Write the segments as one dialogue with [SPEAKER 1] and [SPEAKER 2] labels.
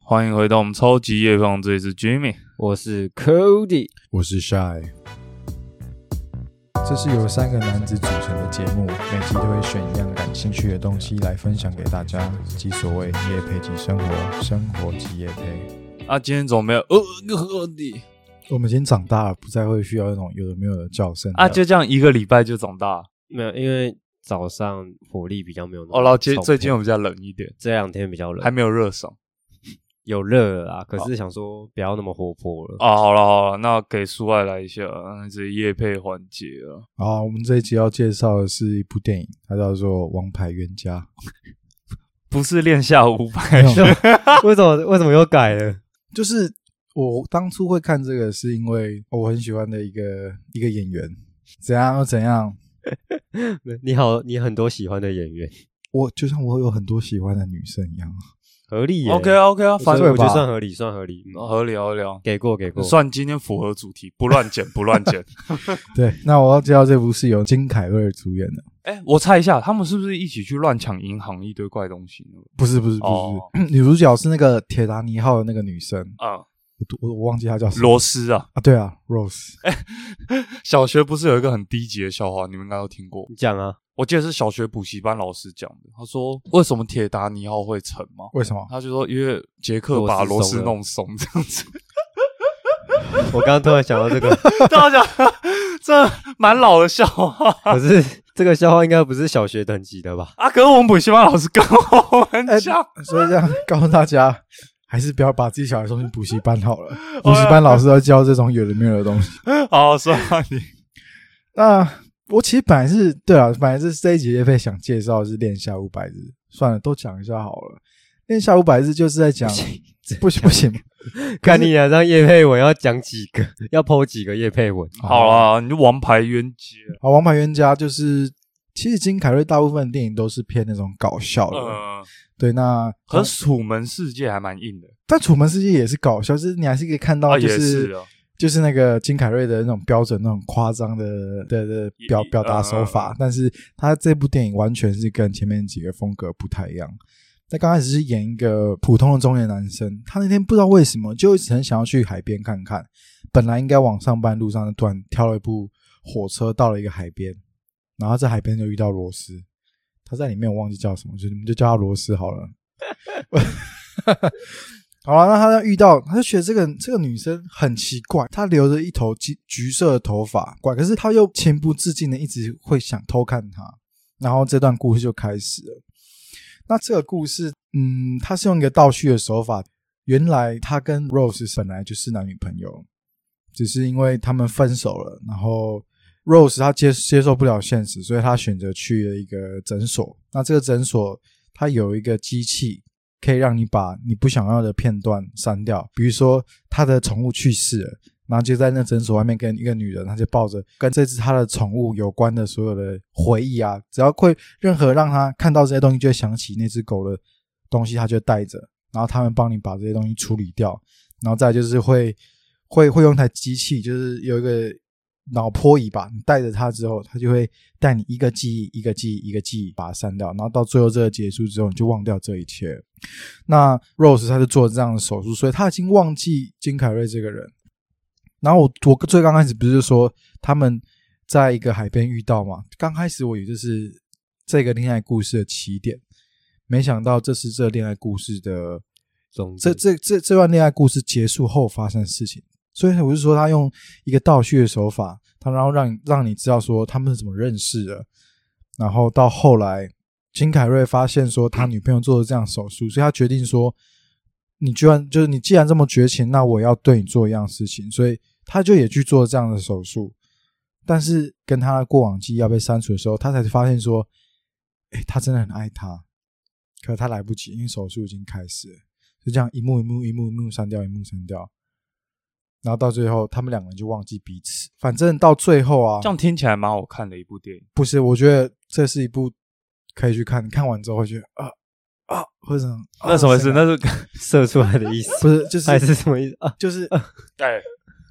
[SPEAKER 1] 欢迎回到我们超级夜放，这里是 Jimmy。
[SPEAKER 2] 我是 Cody，
[SPEAKER 3] 我是 Shy。这是由三个男子组成的节目，每集都会选一样感兴趣的东西来分享给大家，即所谓夜配即生活，生活即夜配。
[SPEAKER 1] 啊，今天怎么没有？呃，个你
[SPEAKER 3] 我们已经长大了，不再会需要那种有的没有的叫声
[SPEAKER 1] 啊，就这样一个礼拜就长大了。
[SPEAKER 2] 没有，因为早上火力比较没有那么
[SPEAKER 1] 哦，然后今
[SPEAKER 2] 充沛
[SPEAKER 1] 最近我比较冷一点，
[SPEAKER 2] 这两天比较冷，
[SPEAKER 1] 还没有哦热爽。
[SPEAKER 2] 有热了啊，可是想说不要那么活泼了。
[SPEAKER 1] 啊，好了好了，那给苏爱来一下这夜配环节啊。
[SPEAKER 3] 好，我们这一集要介绍的是一部电影，它叫做《王牌冤家
[SPEAKER 1] 不是练下五百，》
[SPEAKER 3] 没有。
[SPEAKER 2] 为什么为什么又改了？
[SPEAKER 3] 就是我当初会看这个，是因为我很喜欢的一个一个演员，怎样又怎样。
[SPEAKER 2] 你好，你很多喜欢的演员，
[SPEAKER 3] 我就像我有很多喜欢的女生一样，
[SPEAKER 2] 合理耶
[SPEAKER 1] OK 啊 OK 啊，
[SPEAKER 2] 所
[SPEAKER 1] 反
[SPEAKER 2] 以
[SPEAKER 1] 正
[SPEAKER 2] 我觉得
[SPEAKER 3] 吧
[SPEAKER 2] 算合理，算合理，嗯
[SPEAKER 1] 合理啊合理啊，
[SPEAKER 2] 给过给过。
[SPEAKER 1] 算今天符合主题，不乱剪不乱剪。
[SPEAKER 3] 对，那我要介绍这部是由金凯瑞主演的，
[SPEAKER 1] 哎、我猜一下，他们是不是一起去乱抢银行一堆怪东西呢？
[SPEAKER 3] 不是不是不是、
[SPEAKER 1] 哦
[SPEAKER 3] 女主角是那个铁达尼号的那个女生，
[SPEAKER 1] 啊，
[SPEAKER 3] 我读我我忘记她叫什么
[SPEAKER 1] 螺丝啊！
[SPEAKER 3] 啊，对啊，Rose，
[SPEAKER 1] 小学不是有一个很低级的笑话，你们应该都听过。
[SPEAKER 2] 你讲啊，
[SPEAKER 1] 我记得是小学补习班老师讲的，他说为什么铁达尼号会沉吗？
[SPEAKER 3] 为什么？
[SPEAKER 1] 他就说因为杰克把螺丝弄松这样 子。
[SPEAKER 2] 我刚刚突然想到 这个，
[SPEAKER 1] 大家啊讲这蛮老的笑话
[SPEAKER 2] 可是这个笑话应该不是小学等级的吧？
[SPEAKER 1] 啊，可是我们补习班老师跟我们讲，
[SPEAKER 3] 所以这样告诉大家，还是不要把自己小孩送去补习班好 了，补习班老师要教这种有的没有的东西。
[SPEAKER 1] 好，算了你
[SPEAKER 3] 那我其实本来是对啊，本来是这一集叶飞想介绍的是《恋下五百日》，算了，都讲一下好了。《恋下五百日》就是在讲，不行不行，
[SPEAKER 1] 哦
[SPEAKER 2] 看你啊，让叶佩文要讲几个，要剖几个叶佩文。
[SPEAKER 1] 好啊啦，你就王牌冤结。
[SPEAKER 3] 好，《啊王牌冤家》就是其实金凯瑞大部分电影都是偏那种搞笑的，
[SPEAKER 1] 呃，
[SPEAKER 3] 对。那
[SPEAKER 1] 可是楚门世界还蛮硬的
[SPEAKER 3] 但《楚门世界》也是搞笑，就是你还是可以看到，
[SPEAKER 1] 啊，
[SPEAKER 3] 就
[SPEAKER 1] 也
[SPEAKER 3] 是、
[SPEAKER 1] 是啊，
[SPEAKER 3] 就是那个金凯瑞的那种标准、那种夸张的的的表
[SPEAKER 1] 也
[SPEAKER 3] 表达手
[SPEAKER 1] 嗯
[SPEAKER 3] 法，
[SPEAKER 1] 嗯嗯
[SPEAKER 3] 但是他这部电影完全是跟前面几个风格不太一样。他刚开始是演一个普通的中年男生，他那天不知道为什么就一直很想要去海边看看，本来应该往上班路上，突然跳了一部火车到了一个海边，然后在海边就遇到罗斯，他在里面我忘记叫什么，就你们就叫他罗斯好了。 好啊，那他遇到，他就觉得这个这个女生很奇怪，她留着一头橘橘色的头发，怪，可是他又情不自禁的一直会想偷看她，然后这段故事就开始了。那这个故事，嗯，他是用一个倒叙的手法，原来他跟 Rose 本来就是男女朋友，只是因为他们分手了，然后 Rose 她接接受不了现实，所以她选择去了一个诊所。那这个诊所它有一个机器，可以让你把你不想要的片段删掉，比如说他的宠物去世了。然后就在那诊所外面跟一个女人，她就抱着跟这只她的宠物有关的所有的回忆啊，只要会任何让她看到这些东西，就会想起那只狗的东西，她就带着，然后他们帮你把这些东西处理掉，然后再来就是会会会用台机器，就是有一个脑波仪吧，你带着它之后，它就会带你一个记忆一个记忆一个记忆把它删掉，然后到最后这个结束之后，你就忘掉这一切。那 Rose 她就做了这样的手术，所以她已经忘记金凯瑞这个人。然后我我最刚开始不是说他们在一个海边遇到嘛？刚开始我以为这是这个恋爱故事的起点，没想到这是这恋爱故事的
[SPEAKER 2] 总之
[SPEAKER 3] 这这这这段恋爱故事结束后发生的事情，所以我是说他用一个倒叙的手法，他然后让让你知道说他们是怎么认识的，然后到后来金凯瑞发现说他女朋友做了这样的手术，所以他决定说，你居然就是你既然这么绝情，那我也要对你做一样的事情，所以他就也去做这样的手术，但是跟他的过往记忆要被删除的时候，他才发现说，哎，他真的很爱他，可他来不及，因为手术已经开始了。就这样一幕一幕一幕一幕删掉，一幕删掉，然后到最后他们两个人就忘记彼此。反正到最后啊
[SPEAKER 1] 这，样听起来蛮好看的一部电影。
[SPEAKER 3] 不是，我觉得这是一部可以去看，看完之后会觉得啊啊，或者
[SPEAKER 2] 哦
[SPEAKER 3] 啊
[SPEAKER 1] 那什么事？
[SPEAKER 3] 谁来
[SPEAKER 1] 那是
[SPEAKER 2] 射出来的意思
[SPEAKER 3] 不是就是
[SPEAKER 2] 还是什么意思啊？
[SPEAKER 3] 就是
[SPEAKER 1] 哎，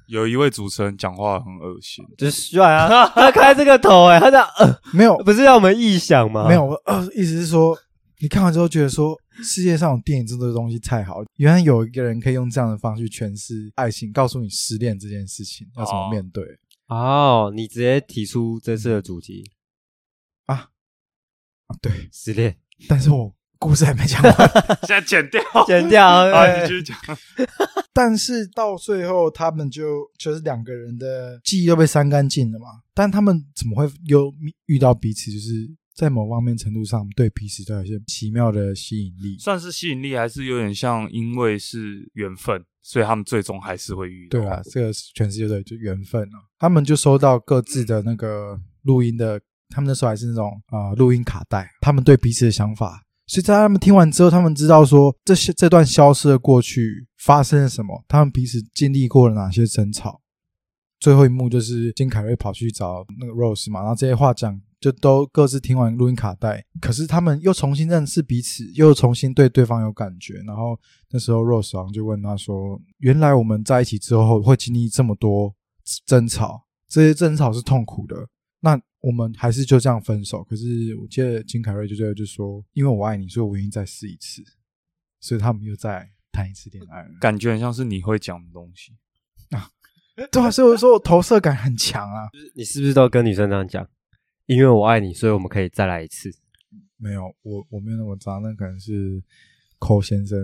[SPEAKER 1] 有一位主持人讲话很恶心。
[SPEAKER 2] 就是帅啊！ 他开这个头 欸哎、他这样、呃、
[SPEAKER 3] 没有
[SPEAKER 1] 啊
[SPEAKER 2] 不是让我们臆想吗？
[SPEAKER 3] 没有，我呃，意思是说你看完之后觉得说世界上有电影这个东西太好了，原来有一个人可以用这样的方式去诠释爱情，告诉你失恋这件事情要怎么面对。
[SPEAKER 2] 哦，你直接提出这次的主题
[SPEAKER 3] 啊对，
[SPEAKER 2] 失恋，
[SPEAKER 3] 但是我故事还没讲完，
[SPEAKER 1] 现在剪 掉
[SPEAKER 2] 剪掉。
[SPEAKER 1] 啊，你继续讲。
[SPEAKER 3] 但是到最后他们就就是两个人的记忆都被删干净了嘛。但他们怎么会又遇到彼此？就是在某方面程度上，对彼此都有一些奇妙的吸引力。
[SPEAKER 1] 算是吸引力，还是有点像，因为是缘分，所以他们最终还是会遇到。
[SPEAKER 3] 对啊，这个是全世界的就缘分啊。他们就收到各自的那个录音的，他们那时候还是那种啊录音卡带，他们对彼此的想法。所以在他们听完之后，他们知道说这些这段消失的过去发生了什么，他们彼此经历过了哪些争吵。最后一幕就是金凯瑞跑去找那个 Rose 嘛，然后这些话讲就都各自听完录音卡带，可是他们又重新认识彼此，又重新对对方有感觉。然后那时候 Rose 好像就问他说：“原来我们在一起之后会经历这么多争吵，这些争吵是痛苦的，那我们还是就这样分手？”可是我记得金凯瑞就最后就说：“因为我爱你，所以我愿意再试一次。”所以他们又再谈一次恋爱了。
[SPEAKER 1] 感觉很像是你会讲的东西。
[SPEAKER 3] 对啊，所以我说我投射感很强啊。
[SPEAKER 2] 你是不是都跟女生这样讲？因为我爱你，所以我们可以再来一次。
[SPEAKER 3] 没有，我我没有那么渣，那可能是寇先生。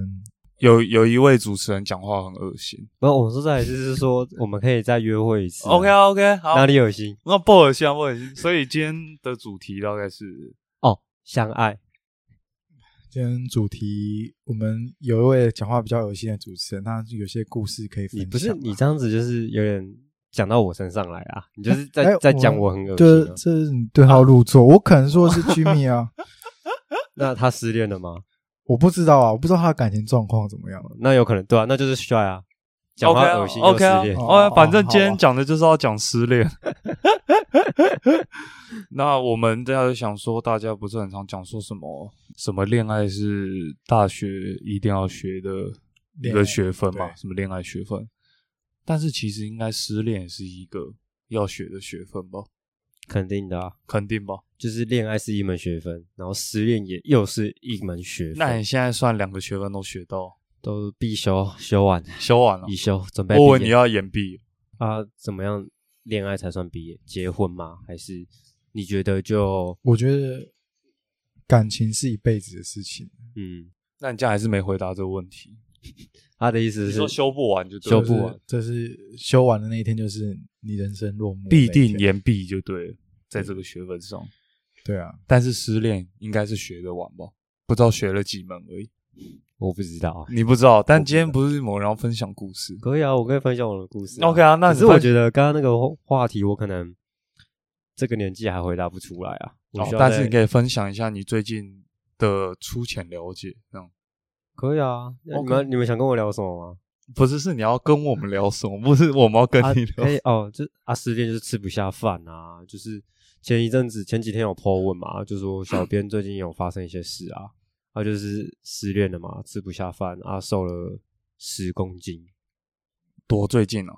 [SPEAKER 1] 有有一位主持人讲话很恶心。
[SPEAKER 2] 不，我说再来一次是说我们可以再约会一次啊。
[SPEAKER 1] OK 啊 OK，好，
[SPEAKER 2] 哪里有心？
[SPEAKER 1] 那不恶心啊，不恶心。所以今天的主题大概是
[SPEAKER 2] 哦，相爱。
[SPEAKER 3] 今天主题我们有一位讲话比较有心的主持人，他有些故事可以分享啊。
[SPEAKER 2] 你不是你这样子就是有点讲到我身上来啊，你就是在、
[SPEAKER 3] 哎
[SPEAKER 2] 在
[SPEAKER 3] 我
[SPEAKER 2] 讲我很恶
[SPEAKER 3] 这
[SPEAKER 2] 心、啊。
[SPEAKER 3] 这是你对号入座，我可 能说是 Jimmy 啊，
[SPEAKER 2] 那他失恋了吗？
[SPEAKER 3] 我不知道啊，我不知道他的感情状况怎么样了。
[SPEAKER 2] 那有可能对啊，那就是帅啊，讲
[SPEAKER 1] OK
[SPEAKER 2] 话
[SPEAKER 1] 啊
[SPEAKER 2] 恶心又失
[SPEAKER 1] OK 啊
[SPEAKER 2] 恋。
[SPEAKER 3] 哦
[SPEAKER 1] ，OK，反正今
[SPEAKER 3] 好啊
[SPEAKER 1] 天讲的就是要讲失恋。 那我们大家就想说，大家不是很常讲说什么什么恋爱是大学一定要学的一
[SPEAKER 3] 恋爱
[SPEAKER 1] 个学分嘛
[SPEAKER 3] 对？
[SPEAKER 1] 什么恋爱学分？但是其实应该失恋也是一个要学的学分吧？
[SPEAKER 2] 肯定的啊，
[SPEAKER 1] 肯定吧？
[SPEAKER 2] 就是恋爱是一门学分，然后失恋也又是一门学
[SPEAKER 1] 那你
[SPEAKER 2] 分，
[SPEAKER 1] 现在算两个学分都学到
[SPEAKER 2] 都必修，修完
[SPEAKER 1] 修完了
[SPEAKER 2] 必，修，准备
[SPEAKER 1] 我以为哦你
[SPEAKER 2] 毕业
[SPEAKER 1] 要延毕，
[SPEAKER 2] 啊？怎么样恋爱才算毕业？结婚吗？还是你觉得就
[SPEAKER 3] 我觉得感情是一辈子的事情，
[SPEAKER 2] 嗯？
[SPEAKER 1] 那你这样还是没回答这个问题。
[SPEAKER 2] 他的意思
[SPEAKER 1] 你
[SPEAKER 2] 是
[SPEAKER 1] 说修不完就对
[SPEAKER 2] 修
[SPEAKER 1] 了
[SPEAKER 2] 不完
[SPEAKER 3] 这是，这是修完的那一天，就是你人生落幕的那一
[SPEAKER 1] 必
[SPEAKER 3] 天，
[SPEAKER 1] 定延毕就对了，在这个学分上。
[SPEAKER 3] 对啊。
[SPEAKER 1] 嗯但是失恋应该是学得完吧？不知道学了几门而已，
[SPEAKER 2] 我不知道啊，
[SPEAKER 1] 你不知道。但今天不是某人要分享故事
[SPEAKER 2] 可以啊，我可以分享我的故事啊、
[SPEAKER 1] ，OK 啊？那
[SPEAKER 2] 可
[SPEAKER 1] 你
[SPEAKER 2] 是我
[SPEAKER 1] 分
[SPEAKER 2] 觉得刚刚那个话话题，我可能这个年纪还回答不出来啊。我
[SPEAKER 1] 哦
[SPEAKER 2] 需要
[SPEAKER 1] 但是你
[SPEAKER 2] 再
[SPEAKER 1] 可以分享一下你最近的粗浅了解，这样
[SPEAKER 2] 可以啊。那你
[SPEAKER 1] OK
[SPEAKER 2] 们你们想跟我聊什么吗？
[SPEAKER 1] 不是是你要跟我们聊什么？不是我们要跟
[SPEAKER 2] 啊
[SPEAKER 1] 你聊。
[SPEAKER 2] 哎哦，就啊，失恋就是吃不下饭啊，就是前一阵子前几天有 po 文嘛，就 说小编最近有发生一些事啊，他、就是失恋了嘛，吃不下饭啊，瘦了十公斤，
[SPEAKER 1] 多最近啊，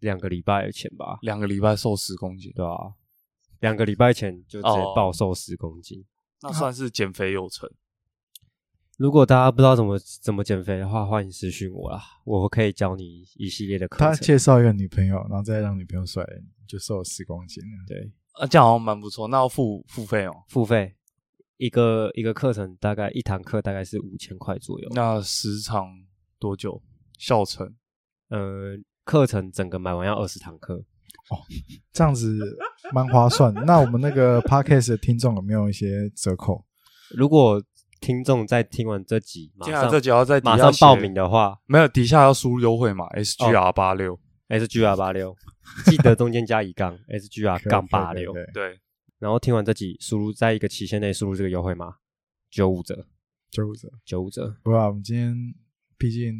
[SPEAKER 2] 两个礼拜前吧，
[SPEAKER 1] 两个礼拜瘦十公斤，
[SPEAKER 2] 对啊，两个礼拜前就直接
[SPEAKER 1] 哦
[SPEAKER 2] 暴瘦十公斤。
[SPEAKER 1] 那算是减肥有成。
[SPEAKER 2] 如果大家不知道怎么怎么减肥的话，欢迎私讯我啦，我可以教你一系列的课
[SPEAKER 3] 他
[SPEAKER 2] 程。
[SPEAKER 3] 介绍一个女朋友，然后再让女朋友甩了你，就瘦了十公斤了。
[SPEAKER 2] 对，
[SPEAKER 1] 啊，这样好像蛮不错。那要付付费哦，
[SPEAKER 2] 付费一个一个课程大概一堂课大概是五千块左右。
[SPEAKER 1] 那时长多久？校程
[SPEAKER 2] 呃，课程整个买完要二十堂课，
[SPEAKER 3] 这样子蛮划算的。那我们那个 podcast 的听众有没有一些折扣？
[SPEAKER 2] 如果听众在听完这集马
[SPEAKER 1] 接下来
[SPEAKER 2] 上
[SPEAKER 1] 啊这节要在底
[SPEAKER 2] 马
[SPEAKER 1] 下
[SPEAKER 2] 上报
[SPEAKER 1] 写
[SPEAKER 2] 名的话
[SPEAKER 1] 没有，底下要输入优惠码 SGR 八六。
[SPEAKER 2] ，S G R 八六，记得中间加一杠 S G R 杠八六，
[SPEAKER 3] 对，对对
[SPEAKER 1] 对，
[SPEAKER 2] 然后听完这集输入在一个期限内输入这个优惠码九五折，
[SPEAKER 3] 九五折。
[SPEAKER 2] 九五折。
[SPEAKER 3] 不啊，我们今天毕竟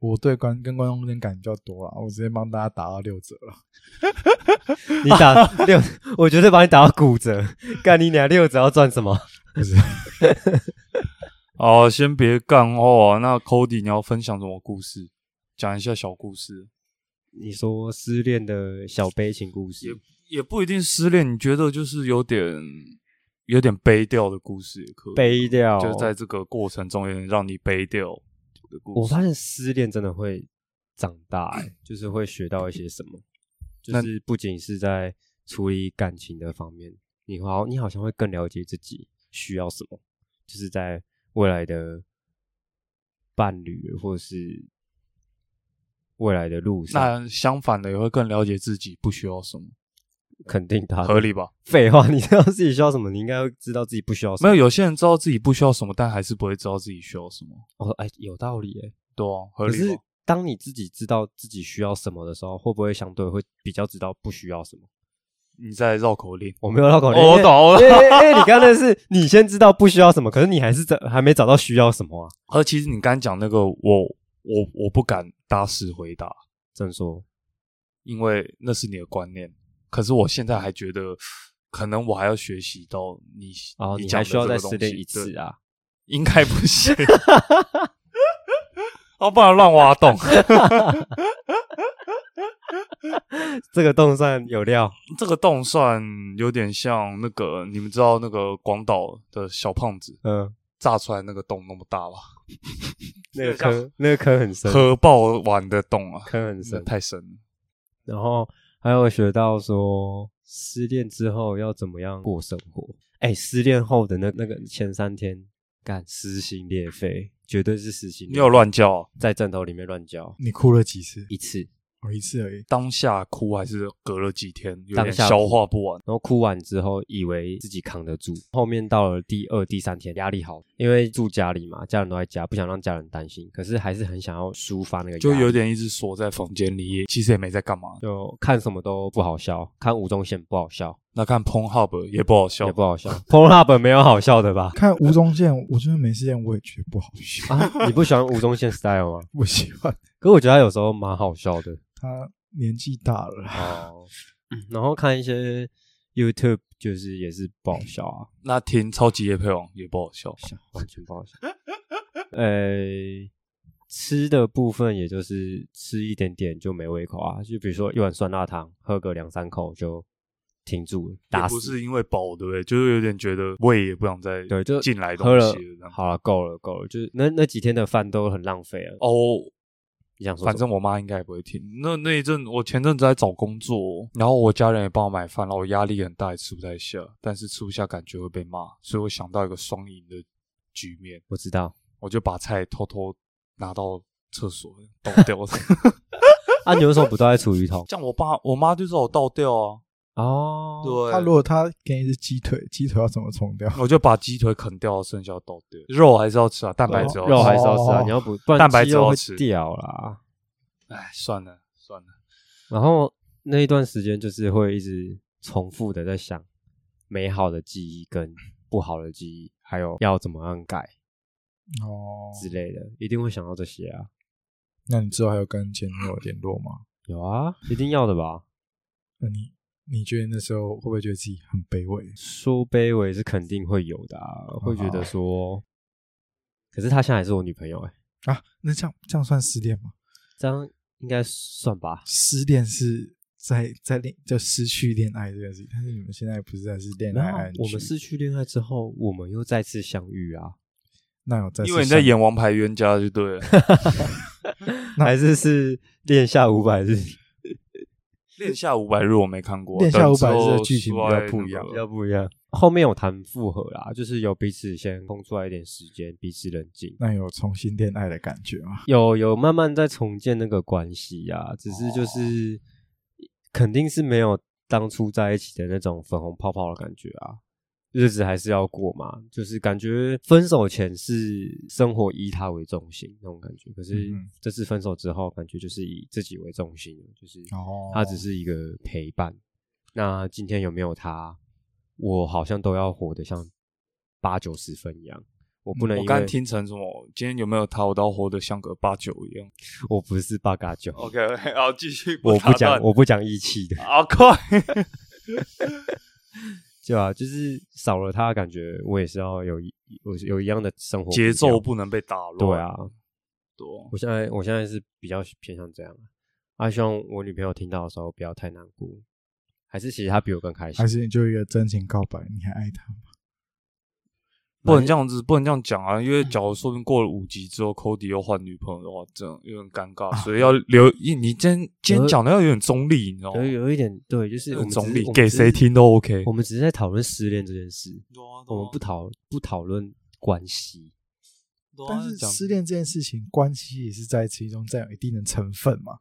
[SPEAKER 3] 我对观跟观众之间感情比较多了，我直接帮大家打到六折了。
[SPEAKER 2] 你打六，我绝对把你打到骨折。干你俩六折要赚什么？
[SPEAKER 3] 不是，
[SPEAKER 1] 哦，先别干哦。那 Cody，你要分享什么故事？讲一下小故事，
[SPEAKER 2] 你说失恋的小悲情故事，
[SPEAKER 1] 也不一定失恋。你觉得就是有点有点悲调的故事也可以，
[SPEAKER 2] 悲掉。
[SPEAKER 1] 就是在这个过程中有点让你悲掉的故
[SPEAKER 2] 我
[SPEAKER 1] 事。
[SPEAKER 2] 发现失恋真的会长大、欸，就是会学到一些什么，就
[SPEAKER 1] 那
[SPEAKER 2] 是不仅是在处理感情的方面，你好，你好像会更了解自己需要什么，就是在未来的伴侣或者是未来的路上，
[SPEAKER 1] 那相反的也会更了解自己不需要什么，
[SPEAKER 2] 肯定他
[SPEAKER 1] 合理吧？
[SPEAKER 2] 废话，你知道自己需要什么，你应该会知道自己不需要什
[SPEAKER 1] 没
[SPEAKER 2] 么。
[SPEAKER 1] 有，有些人知道自己不需要什么，但还是不会知道自己需要什么。
[SPEAKER 2] 我说，哎，有道理哎、
[SPEAKER 1] 对啊，合
[SPEAKER 2] 可
[SPEAKER 1] 理
[SPEAKER 2] 是
[SPEAKER 1] 吧？
[SPEAKER 2] 当你自己知道自己需要什么的时候，会不会相对会比较知道不需要什么？
[SPEAKER 1] 你在绕口令，
[SPEAKER 2] 我没有绕口令，
[SPEAKER 1] 哦我懂 我
[SPEAKER 2] 懂。因为因哎为你刚才是你先知道不需要什么，可是你还是找还没找到需要什么啊？
[SPEAKER 1] 而其实你刚讲那个，我我我不敢搭实回答，
[SPEAKER 2] 这么说，
[SPEAKER 1] 因为那是你的观念。可是我现在还觉得，可能我还要学习到你
[SPEAKER 2] 然哦后你
[SPEAKER 1] 讲
[SPEAKER 2] 还
[SPEAKER 1] 的
[SPEAKER 2] 需要
[SPEAKER 1] 这个
[SPEAKER 2] 再
[SPEAKER 1] 东
[SPEAKER 2] 失恋
[SPEAKER 1] 西
[SPEAKER 2] 一次
[SPEAKER 1] 对
[SPEAKER 2] 啊？
[SPEAKER 1] 应该不 行。哦，不然乱挖洞。
[SPEAKER 2] 这个动算有料，
[SPEAKER 1] 这个洞算有点像那个，你们知道那个广岛的小胖子
[SPEAKER 2] 嗯，
[SPEAKER 1] 炸出来那个洞那么大吧？
[SPEAKER 2] 那个
[SPEAKER 1] 这个
[SPEAKER 2] 坑那个坑很深，
[SPEAKER 1] 核爆完的洞啊，
[SPEAKER 2] 坑很
[SPEAKER 1] 真的
[SPEAKER 2] 深。
[SPEAKER 1] 太深了。
[SPEAKER 2] 然后还有学到说失恋之后要怎么样过生活？哎，失恋后的那那个前三天，干撕心裂肺，绝对是撕心裂
[SPEAKER 1] 你
[SPEAKER 2] 肺。
[SPEAKER 1] 有乱叫、啊，
[SPEAKER 2] 在枕头里面乱叫
[SPEAKER 3] 你哭了几次？
[SPEAKER 2] 一次，
[SPEAKER 3] 哦，一次而已。？
[SPEAKER 1] 当下哭还是隔了几天，有
[SPEAKER 2] 当
[SPEAKER 1] 点
[SPEAKER 2] 下哭
[SPEAKER 1] 消化不完。
[SPEAKER 2] 然后哭完之后，以为自己扛得住，后面到了第二、第三天，压力好，因为住家里嘛，家人都在家，不想让家人担心，可是还是很想要抒发那个压力，
[SPEAKER 1] 就有点一直锁在房间里，其实也没在干嘛。
[SPEAKER 2] 就看什么都不好笑，看吴宗宪不好笑，
[SPEAKER 1] 那看 Pornhub 也不好笑
[SPEAKER 2] 也，不好笑 p o l a b 没有好笑的吧
[SPEAKER 3] 看吴宗宪， 我真的没事件，我也觉得不好笑，
[SPEAKER 2] 啊，你不喜欢吴宗宪 style 吗？
[SPEAKER 3] 不喜欢
[SPEAKER 2] 可我觉得他有时候蛮好笑的
[SPEAKER 3] 他年纪大了，
[SPEAKER 1] 啊
[SPEAKER 2] 哦、嗯然后看一些 YouTube 就是也是不好笑啊，
[SPEAKER 1] 那听超级夜配王也不好笑。
[SPEAKER 2] 笑，完全不好笑。呃，吃的部分也就是吃一点点就没胃口啊，就比如说一碗酸辣汤，喝个两三口就停住了，
[SPEAKER 1] 也
[SPEAKER 2] 打
[SPEAKER 1] 不
[SPEAKER 2] 死。
[SPEAKER 1] 是因为饱，对不对？就是有点觉得胃也不想再
[SPEAKER 2] 对，就
[SPEAKER 1] 进来东
[SPEAKER 2] 喝
[SPEAKER 1] 西
[SPEAKER 2] 了
[SPEAKER 1] 了这样。
[SPEAKER 2] 好了，够了，够了，就是那那几天的饭都很浪费了。
[SPEAKER 1] 哦，
[SPEAKER 2] 你想说什么？
[SPEAKER 1] 反正我妈应该也不会听。那那一阵，我前阵子在找工作，然后我家人也帮我买饭，然后我压力很大，也吃不太下，但是吃不下感觉会被骂，所以我想到一个双赢的局面，
[SPEAKER 2] 我知道
[SPEAKER 1] 我就把菜偷偷拿到厕所倒掉。
[SPEAKER 2] 啊，你为什么不倒在厨余桶？
[SPEAKER 1] 这样我爸我妈就说我倒掉啊，
[SPEAKER 2] 哦，
[SPEAKER 1] 对，
[SPEAKER 3] 他如果他给你一只鸡腿，鸡腿要怎么冲掉？
[SPEAKER 1] 我就把鸡腿啃掉，剩下倒掉。肉还是要吃啊，蛋白质要吃
[SPEAKER 2] 肉还是要吃啊，
[SPEAKER 3] 哦
[SPEAKER 2] 你要不不然
[SPEAKER 1] 蛋白
[SPEAKER 2] 肌
[SPEAKER 1] 质
[SPEAKER 2] 肉
[SPEAKER 1] 要
[SPEAKER 2] 会
[SPEAKER 1] 吃
[SPEAKER 2] 掉啦。
[SPEAKER 1] 哎，算了算了，
[SPEAKER 2] 然后那一段时间就是会一直重复的在想美好的记忆跟不好的记忆，还有要怎么样改
[SPEAKER 3] 哦，
[SPEAKER 2] 之类的，一定会想到这些啊。
[SPEAKER 3] 那你之后还有跟前女友联络吗？
[SPEAKER 2] 有啊，一定要的吧？
[SPEAKER 3] 那你你觉得那时候会不会觉得自己很卑微？
[SPEAKER 2] 说卑微是肯定会有的、啊，会觉
[SPEAKER 3] 嗯
[SPEAKER 2] 得说，可是她现在还是我女朋友哎、
[SPEAKER 3] 啊，那这样这样算失恋吗？
[SPEAKER 2] 这样应该算吧？
[SPEAKER 3] 失恋是在在恋就失去恋爱这件事情，但是你们现在不是在是恋
[SPEAKER 2] 没有
[SPEAKER 3] 爱
[SPEAKER 2] 啊
[SPEAKER 3] 爱，
[SPEAKER 2] 我们失去恋爱之后，我们又再次相遇啊，
[SPEAKER 3] 那有在
[SPEAKER 1] 因为你在演王牌冤家就 对了。
[SPEAKER 2] 还是是恋下五百日，
[SPEAKER 1] 恋下五百日我没看过，
[SPEAKER 3] 恋下
[SPEAKER 1] 但
[SPEAKER 3] 五百日
[SPEAKER 1] 之后
[SPEAKER 3] 的剧情比较
[SPEAKER 1] 出来
[SPEAKER 3] 不
[SPEAKER 1] 那
[SPEAKER 3] 一样
[SPEAKER 1] 个
[SPEAKER 2] 比较不一样。后面有谈复合啦，就是有彼此先空出来一点时间，彼此冷静，
[SPEAKER 3] 那有重新恋爱的感觉吗？
[SPEAKER 2] 有有慢慢在重建那个关系啊。只是就是、肯定是没有当初在一起的那种粉红泡泡的感觉啊。日子还是要过嘛，就是感觉分手前是生活以他为重心那种感觉，可是
[SPEAKER 3] 嗯哼
[SPEAKER 2] 这次分手之后，感觉就是以自己为重心了，就是
[SPEAKER 3] 哦
[SPEAKER 2] 它只是一个陪伴。那今天有没有他，我好像都要活得像八九十分一样。我不能
[SPEAKER 1] 嗯我
[SPEAKER 2] 因
[SPEAKER 1] 刚
[SPEAKER 2] 为
[SPEAKER 1] 听成什么？今天有没有他？我都活得像个八九一样。
[SPEAKER 2] 我不是八嘎九，
[SPEAKER 1] OK，好，继续。
[SPEAKER 2] 我不
[SPEAKER 1] 打断
[SPEAKER 2] 讲我不讲义气的，
[SPEAKER 1] 好快。
[SPEAKER 2] 对吧、就是少了他，感觉我也是要有一有有一样的生活
[SPEAKER 1] 节奏
[SPEAKER 2] 步
[SPEAKER 1] 不能被打乱。
[SPEAKER 2] 调。对啊，
[SPEAKER 1] 对啊，
[SPEAKER 2] 我现在我现在是比较偏向这样。啊，希望我女朋友听到的时候不要太难过，还是其实她比我更开心
[SPEAKER 3] 还。是你就一个真情告白，你还爱他吗？
[SPEAKER 1] 不能这样子，不能这样讲啊！因为假如说不定过了五集之后，Cody 又换女朋友的话，这样有点尴尬，所以要留。你你今天今天讲的要啊有点中立，你知道吗
[SPEAKER 2] 有？有一点对，就是我
[SPEAKER 1] 有
[SPEAKER 2] 们
[SPEAKER 1] 中
[SPEAKER 2] 只是
[SPEAKER 1] 立，给谁？听都 OK
[SPEAKER 2] 我们只是我。们只是在讨论失恋这件事，
[SPEAKER 1] 对啊
[SPEAKER 2] 我们不，讨不讨论关系。
[SPEAKER 1] 对啊
[SPEAKER 3] 但是
[SPEAKER 1] 讲
[SPEAKER 3] 失恋这件事情，关系也是在其中占有一定的成分嘛。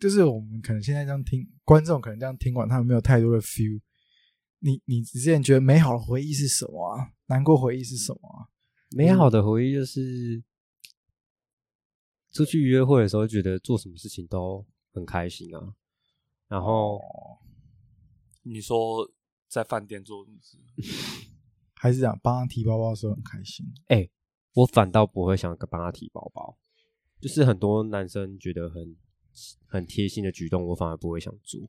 [SPEAKER 3] 就是我们可能现在这样听，观众可能这样听完，他们没有太多的 feel。你你之前觉得美好的回忆是什么啊？难过回忆是什么啊？
[SPEAKER 2] 美
[SPEAKER 1] 嗯
[SPEAKER 2] 好的回忆就是出去约会的时候，觉得做什么事情都很开心啊。然后
[SPEAKER 1] 哦你说在饭店做日子，
[SPEAKER 3] 还是讲帮他提包包的时候很开心？
[SPEAKER 2] 我反倒不会想帮他提包包，就是很多男生觉得很很贴心的举动，我反而不会想做。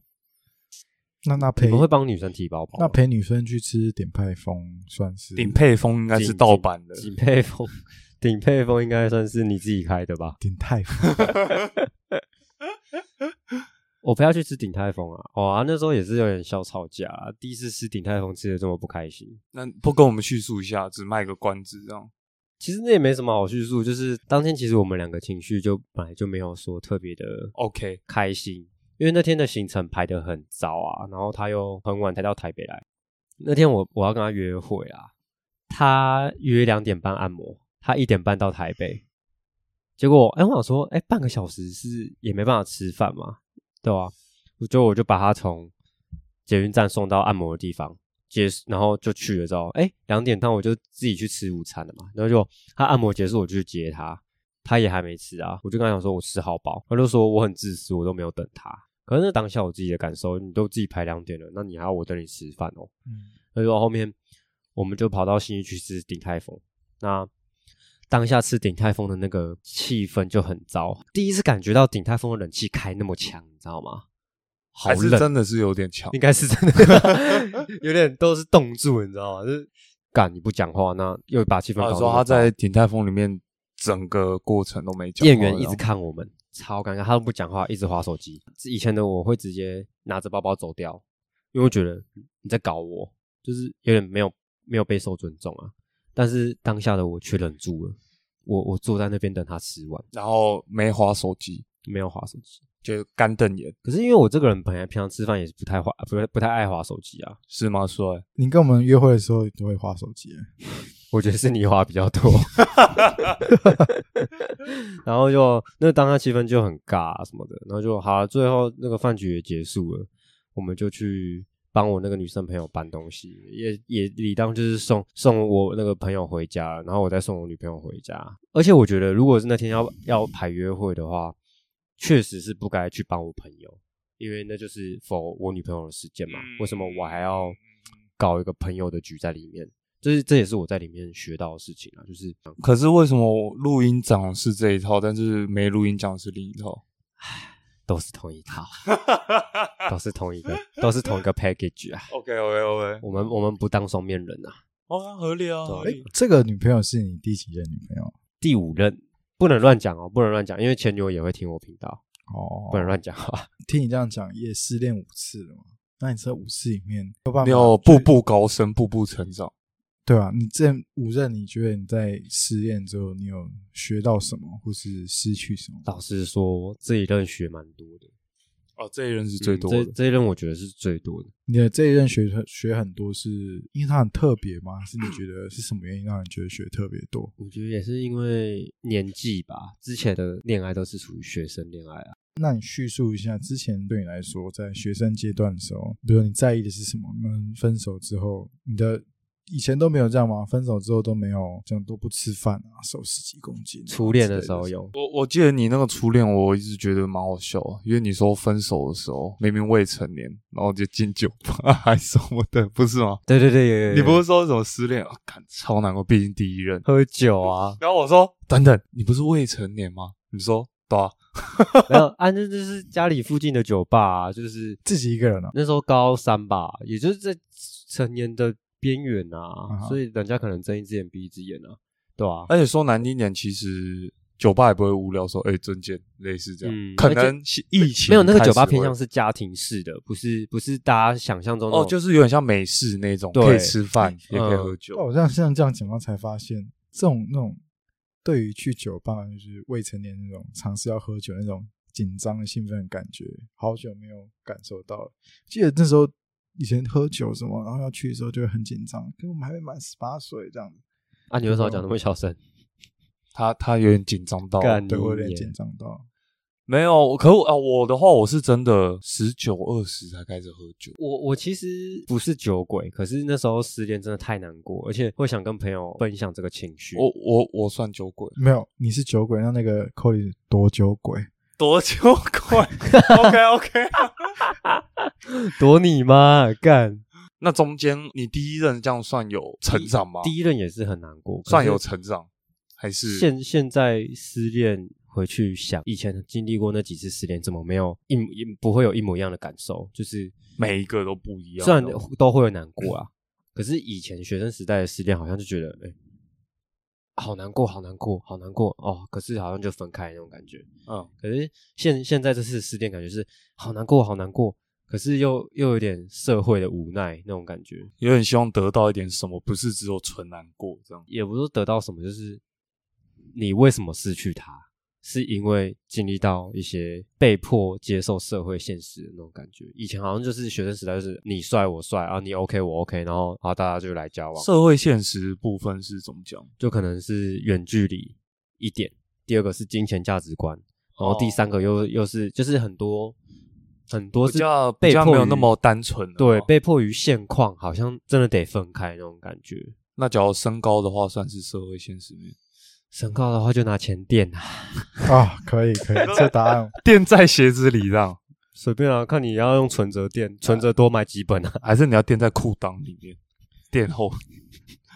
[SPEAKER 3] 那那陪
[SPEAKER 2] 你们会帮女生提
[SPEAKER 1] 哦
[SPEAKER 2] 包包吗？
[SPEAKER 3] 那陪女生去吃鼎泰丰算是
[SPEAKER 1] 顶配风应该是
[SPEAKER 2] 顶
[SPEAKER 1] 盗版的，
[SPEAKER 2] 顶配风， 顶配风应该算是你自己开的吧？
[SPEAKER 3] 鼎泰丰
[SPEAKER 2] 我陪他去吃顶泰丰啊！哦啊，那时候也是有点小吵架、啊，第一次吃顶泰丰吃的这么不开心。
[SPEAKER 1] 那不跟我们叙述一下，只卖个关子这样。
[SPEAKER 2] 其实那也没什么好叙述，就是当天其实我们两个情绪就本来就没有说特别的
[SPEAKER 1] OK，
[SPEAKER 2] 开心，因为那天的行程排得很早啊，然后他又很晚才到台北来。那天我我要跟他约会啊，他约两点半按摩，他一点半到台北。结果，哎、我想说，哎、半个小时是也没办法吃饭嘛，对吧、我就我就把他从捷运站送到按摩的地方，结束，然后就去了之后，哎、两点半我就自己去吃午餐了嘛，然后就他按摩结束我就去接他，他也还没吃啊，我就跟他讲说我吃好饱，他就说我很自私，我都没有等他。可是那当下我自己的感受，你都自己排两点了，那你还要我等你吃饭哦？
[SPEAKER 3] 嗯，
[SPEAKER 2] 所以说后面我们就跑到新一区吃鼎泰丰。那当下吃鼎泰丰的那个气氛就很糟，第一次感觉到鼎泰丰的冷气开那么强，你知道吗？好
[SPEAKER 1] 还是
[SPEAKER 2] 冷，哦
[SPEAKER 1] 真的是有点强
[SPEAKER 2] 应。该是真的， 有点都是冻住，你知道吗？就是干你不讲话，那又把气氛搞
[SPEAKER 1] 啊，
[SPEAKER 2] 得
[SPEAKER 1] 说
[SPEAKER 2] 那么
[SPEAKER 1] 他在
[SPEAKER 2] 糟
[SPEAKER 1] 鼎泰丰里面整个过程都没讲话，哦
[SPEAKER 2] 店员一
[SPEAKER 1] 然
[SPEAKER 2] 直
[SPEAKER 1] 后
[SPEAKER 2] 看我们，超尴尬，他都不讲话，一直划手机。以前的我会直接拿着包包走掉，因为我觉得你在搞我，就是有点没有没有备受尊重啊。但是当下的我却忍住了，我我坐在那边等他吃完，
[SPEAKER 1] 然后没划手机，
[SPEAKER 2] 没有划手机。
[SPEAKER 1] 就干瞪眼，
[SPEAKER 2] 可是因为我这个人本来平常吃饭也是不太划，不是不太爱划手机啊，
[SPEAKER 1] 是吗？帅，
[SPEAKER 3] 你跟我们约会的时候都会划手机，
[SPEAKER 2] 我觉得是你花比较多，然后就那当下气氛就很尬、什么的，然后就好、啊最后那个饭局也结束了，我们就去帮我那个女生朋友搬东西，也也理当就是送送我那个朋友回家，然后我再送我女朋友回家。而且我觉得，如果是那天要要排约会的话，确实是不该去帮我朋友，因为那就是否我女朋友的时间嘛，为什么我还要搞一个朋友的局在里面？就是这也是我在里面学到的事情啊，就是
[SPEAKER 1] 可是为什么录音讲是这一套，但是没录音讲是另一套？
[SPEAKER 2] 都是同一套，都是同一个，都是同一个 package 啊。
[SPEAKER 1] OK OK OK，
[SPEAKER 2] 我们我们不当双面人啊，
[SPEAKER 1] 哦，合理啊，
[SPEAKER 2] 对啊
[SPEAKER 1] 合
[SPEAKER 3] 哎
[SPEAKER 1] 理，
[SPEAKER 3] 这个女朋友是你第几任女朋友？
[SPEAKER 2] 第五任不能乱讲哦，不能乱讲，因为前女友也会听我频道，
[SPEAKER 3] 哦，
[SPEAKER 2] 不能乱讲话。
[SPEAKER 3] 听你这样讲，也失恋五次了嘛？那你这五次里面有办法
[SPEAKER 1] 你有步步高升，步步成长。
[SPEAKER 3] 对啊？你这五任，你觉得你在失恋之后，你有学到什么，或是失去什么？
[SPEAKER 2] 老实说，这一任学蛮多的，
[SPEAKER 1] 哦，这一任是最多
[SPEAKER 2] 嗯
[SPEAKER 1] 的
[SPEAKER 2] 这，这一任我觉得是最多的。
[SPEAKER 3] 你的这一任学学很多是，因为它很特别吗？还是你觉得是什么原因让你觉得学特别多？
[SPEAKER 2] 我觉得也是因为年纪吧，之前的恋爱都是属于学生恋爱啊。
[SPEAKER 3] 那你叙述一下，之前对你来说，在学生阶段的时候，比如你在意的是什么？那分手之后，你的以前都没有这样吗？分手之后都没有这样，都不吃饭啊，瘦十几公斤啊、
[SPEAKER 2] 初恋的
[SPEAKER 3] 之
[SPEAKER 2] 时
[SPEAKER 3] 类
[SPEAKER 2] 候有，
[SPEAKER 1] 我我记得你那个初恋，我一直觉得蛮好笑的，因为你说分手的时候明明未成年，然后就进酒吧还什么的，不是吗？
[SPEAKER 2] 对对对，有有有
[SPEAKER 1] 你不是说什么失恋啊？感超难过，毕竟第一任。？
[SPEAKER 2] 喝酒啊
[SPEAKER 1] 然后我说等等，你不是未成年吗？你说对啊，
[SPEAKER 2] 没有，啊，那就是家里附近的酒吧、啊，就是
[SPEAKER 3] 自己一个人啊，
[SPEAKER 2] 那时候高三吧，也就是在成年的边缘啊，
[SPEAKER 3] 嗯哼
[SPEAKER 2] 所以人家可能睁一只眼闭一只眼啊，对啊，
[SPEAKER 1] 而且说难听点，其实酒吧也不会无聊说，哎、真见类似这样，
[SPEAKER 2] 嗯
[SPEAKER 1] 可
[SPEAKER 2] 而且
[SPEAKER 1] 能是疫情
[SPEAKER 2] 没有那个酒吧
[SPEAKER 1] 开始会
[SPEAKER 2] 偏向是家庭式的，不是不是大家想象中那
[SPEAKER 1] 哦，
[SPEAKER 2] 种
[SPEAKER 1] 就是有点像美式那种，
[SPEAKER 2] 对
[SPEAKER 1] 可以吃饭也可以
[SPEAKER 2] 嗯
[SPEAKER 1] 喝酒。
[SPEAKER 3] 我这样像这样情况才发现，这种那种对于去酒吧就是未成年那种尝试要喝酒那种紧张的兴奋的感觉，好久没有感受到了。记得那时候以前喝酒什么，然后要去的时候就会很紧张，可我们还没满十八岁这样子，
[SPEAKER 2] 啊，你为什么讲那么小声？
[SPEAKER 1] 他他有点紧张到，
[SPEAKER 2] 干
[SPEAKER 3] 对我有
[SPEAKER 2] 你
[SPEAKER 3] 点
[SPEAKER 2] 耶
[SPEAKER 3] 紧张到。
[SPEAKER 1] 没有，可我啊，我的话我是真的十九二十才开始喝酒，
[SPEAKER 2] 我我其实不是酒鬼，可是那时候失恋真的太难过，而且会想跟朋友分享这个情绪。
[SPEAKER 1] 我我我算酒鬼，
[SPEAKER 3] 没有，你是酒鬼，那那个 c o d y 多酒鬼，
[SPEAKER 1] 多酒 鬼？OK OK 。
[SPEAKER 2] 躲你妈干！
[SPEAKER 1] 那中间你第一任这样算有成长吗？
[SPEAKER 2] 第一任也是很难过，可是
[SPEAKER 1] 算有成长还是？
[SPEAKER 2] 现现在失恋回去想，以前经历过那几次失恋，怎么没有一模一不会有一模一样的感受？就是
[SPEAKER 1] 每一个都不一样
[SPEAKER 2] 虽然
[SPEAKER 1] 的
[SPEAKER 2] 都会有啊难过啊，可是以前学生时代的失恋好像就觉得，哎、好难过，好难过，好难过哦。可是好像就分开那种感觉。
[SPEAKER 1] 嗯，
[SPEAKER 2] 可是现现在这次失恋，感觉是好难过，好难过，可是又又有点社会的无奈那种感觉，
[SPEAKER 1] 有点希望得到一点什么，不是只有纯难过这样。
[SPEAKER 2] 也不是说得到什么，就是你为什么失去他，是因为经历到一些被迫接受社会现实的那种感觉。以前好像就是学生时代，就是你帅我帅啊，你 OK 我 OK，然后啊大家就来交往，
[SPEAKER 1] 社会现实部分是怎么讲？
[SPEAKER 2] 就可能是远距离一点，第二个是金钱价值观，然
[SPEAKER 1] 哦
[SPEAKER 2] 后第三个又、又是就是很多很多
[SPEAKER 1] 比
[SPEAKER 2] 是
[SPEAKER 1] 较
[SPEAKER 2] 被
[SPEAKER 1] 比较
[SPEAKER 2] 迫
[SPEAKER 1] 没有
[SPEAKER 2] 于
[SPEAKER 1] 那么单纯了
[SPEAKER 2] 对
[SPEAKER 1] 哦，
[SPEAKER 2] 被迫于现况，好像真的得分开那种感觉。
[SPEAKER 1] 那假如身高的话，算是社会现实面。
[SPEAKER 2] 身高的话就拿钱垫啊，
[SPEAKER 3] 啊，可以可以，这答案
[SPEAKER 1] 垫在鞋子里这样，
[SPEAKER 2] 随便啊，看你要用存折
[SPEAKER 1] 啊
[SPEAKER 2] 垫，存折多买几 本啊。
[SPEAKER 1] 还是你要垫在裤裆里面？垫后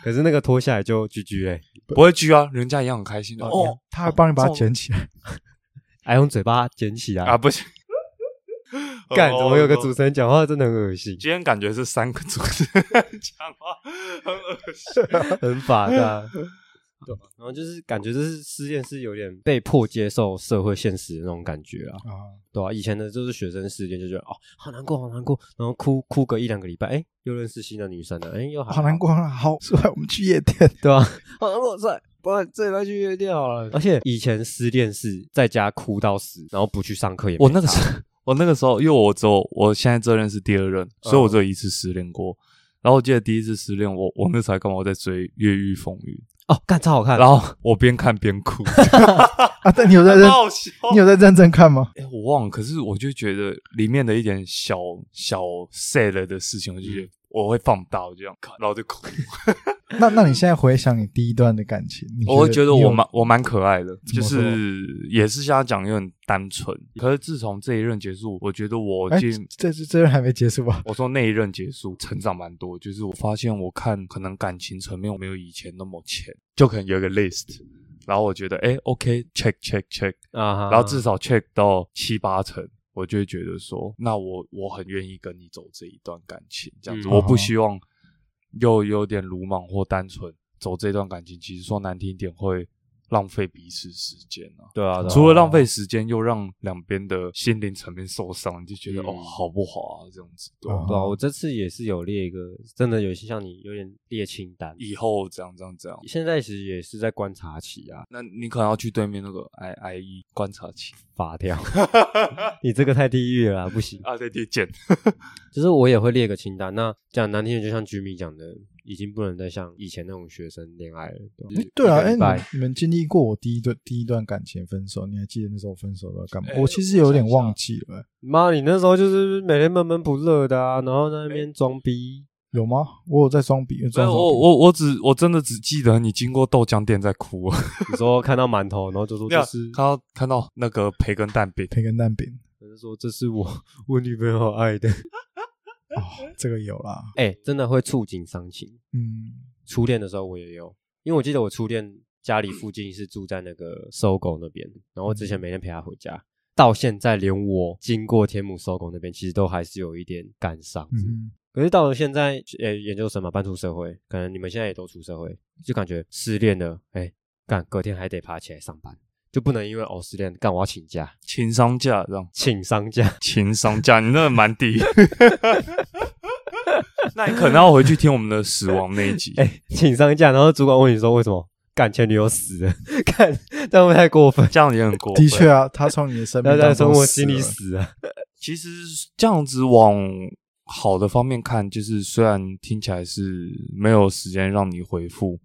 [SPEAKER 2] 可是那个脱下来就 GG 哎、
[SPEAKER 1] 不会拘啊，人家一样很开心的。哦
[SPEAKER 3] 他会帮你把它捡起来。
[SPEAKER 2] 还用嘴巴捡起来
[SPEAKER 1] 啊，。哦不行，
[SPEAKER 2] 干，怎么有个
[SPEAKER 1] 主
[SPEAKER 2] 主持人讲话真的很恶心，
[SPEAKER 1] 今天感觉是三个主持人讲话，很恶心。
[SPEAKER 2] 很 法的。对吧，然后就是感觉这是失恋是有点被迫接受社会现实的那种感觉啊，
[SPEAKER 3] 啊，
[SPEAKER 2] 对啊，以前的就是学生失恋就觉得哦好难过好难过，然后哭哭个一两个礼拜，哎又认识新的女生了，哎又还
[SPEAKER 3] 好难过啊，好 帅，我们去夜店。
[SPEAKER 2] 对啊，好难过帅，不然这礼拜去夜店好了。而且以前失恋是在家哭到死，然后不去上课也没
[SPEAKER 1] 哦我那个
[SPEAKER 2] 差
[SPEAKER 1] 时候， 我那个时候，因为我只有我现在这任是第二任，所以我只
[SPEAKER 3] 嗯
[SPEAKER 1] 有一次失恋过。然后我记得第一次失恋，我我那时候还干嘛？我在追《越狱风云
[SPEAKER 2] 哦，干超好》，看，
[SPEAKER 1] 然后我边看边 哭，
[SPEAKER 3] 啊，但你有在认，
[SPEAKER 1] 好笑。
[SPEAKER 3] 你有在认真看吗？
[SPEAKER 1] 哎、我忘了，可是我就觉得里面的一点小小 sad 的事情，我就觉
[SPEAKER 3] 嗯
[SPEAKER 1] 得我会放大，我就这样看，然后就哭。
[SPEAKER 3] 那那你现在回想你第一段的感情，你
[SPEAKER 1] 我会觉得
[SPEAKER 3] 你有
[SPEAKER 1] 我蛮我蛮可爱的，
[SPEAKER 3] 怎
[SPEAKER 1] 就
[SPEAKER 3] 么说
[SPEAKER 1] 是也是像他讲有点单纯。可是自从这一任结束，我觉得我
[SPEAKER 3] 哎
[SPEAKER 1] 进、，
[SPEAKER 3] 这这这还没结束 吧？
[SPEAKER 1] 我说那一任结束，成长蛮多，就是我发现我看可能感情层面我没有以前那么浅，就可能有一个 list，然后我觉得哎 OK check check check，
[SPEAKER 2] 啊，
[SPEAKER 1] 然后至少 check 到七八成，我就会觉得说，那我我很愿意跟你走这一段感情，这样子，
[SPEAKER 2] 嗯
[SPEAKER 1] 我不希望又有点鲁莽或单纯走这段感情，其实说难听一点会浪费彼此时间啊。
[SPEAKER 2] 对啊，对啊
[SPEAKER 1] 除了浪费时间，又让两边的心灵层面受伤，你就觉得、
[SPEAKER 2] 嗯
[SPEAKER 1] 哦，好不好啊？这样子，对、
[SPEAKER 3] 哦
[SPEAKER 1] 吧？
[SPEAKER 2] 对啊，我这次也是有列一个，真的有些像你有点列清单。
[SPEAKER 1] 以后这样这样这样，
[SPEAKER 2] 现在其实也是在观察期啊，
[SPEAKER 1] 那你可能要去对面那个 I I E 观察期
[SPEAKER 2] 发掉，你这个太地狱了啊、不行。
[SPEAKER 1] 啊，对对，见。
[SPEAKER 2] 就是我也会列个清单。那讲难听点，就像 Jimmy 讲的，已经不能再像以前那种学生恋爱了。对吧
[SPEAKER 3] 哎对啊，
[SPEAKER 2] 一个
[SPEAKER 3] 哎，
[SPEAKER 2] 礼
[SPEAKER 3] 你
[SPEAKER 2] 拜
[SPEAKER 3] 们你们经历过我第一段第一段感情分手，你还记得那时候分手都要干嘛
[SPEAKER 1] 哎？
[SPEAKER 3] 我其实有点
[SPEAKER 1] 我想一下
[SPEAKER 3] 忘记了，
[SPEAKER 2] 妈，你那时候就是每天闷闷不乐的啊，然后在那边装逼。
[SPEAKER 3] 有吗？我有在装逼，
[SPEAKER 1] 所以
[SPEAKER 3] 装什
[SPEAKER 1] 我
[SPEAKER 3] 么逼
[SPEAKER 1] 我我只我真的只记得你经过豆浆店在哭啊，
[SPEAKER 2] 你说看到馒头，然后就说
[SPEAKER 1] 没有
[SPEAKER 2] 这是，
[SPEAKER 1] 看到看到那个培根蛋饼，
[SPEAKER 3] 培根蛋饼，
[SPEAKER 2] 就说这是我 我女朋友爱的。
[SPEAKER 3] 哦，这个有啦，
[SPEAKER 2] 哎、真的会触景伤情。
[SPEAKER 3] 嗯，
[SPEAKER 2] 初恋的时候我也有，因为我记得我初恋家里附近是住在那个搜狗那边，然后我之
[SPEAKER 3] 嗯
[SPEAKER 2] 前每天陪他回家，到现在连我经过天母搜狗那边，其实都还是有一点感伤。
[SPEAKER 3] 嗯，
[SPEAKER 2] 可是到了现在，呃、研究生嘛，搬出社会，可能你们现在也都出社会，就感觉失恋了，哎、干，隔天还得爬起来上班，就不能因为哦失恋干我要请假，
[SPEAKER 1] 情商价这样，
[SPEAKER 2] 请丧假。
[SPEAKER 1] 情商价，你那个蛮 低。那你可能要回去听我们的死亡那一 集。
[SPEAKER 2] 哎、请丧假，然后主管问你说为什么？干前女友死了， 干这样会不会太过分？
[SPEAKER 1] 这样也很过分。
[SPEAKER 3] 的确啊，他从你的生命
[SPEAKER 2] 那
[SPEAKER 3] 当
[SPEAKER 2] 在
[SPEAKER 3] 中
[SPEAKER 2] 说我
[SPEAKER 3] 死
[SPEAKER 2] 心里
[SPEAKER 3] 了
[SPEAKER 2] 死啊！
[SPEAKER 1] 其实这样子往好的方面看，就是虽然听起来是没有时间让你回复，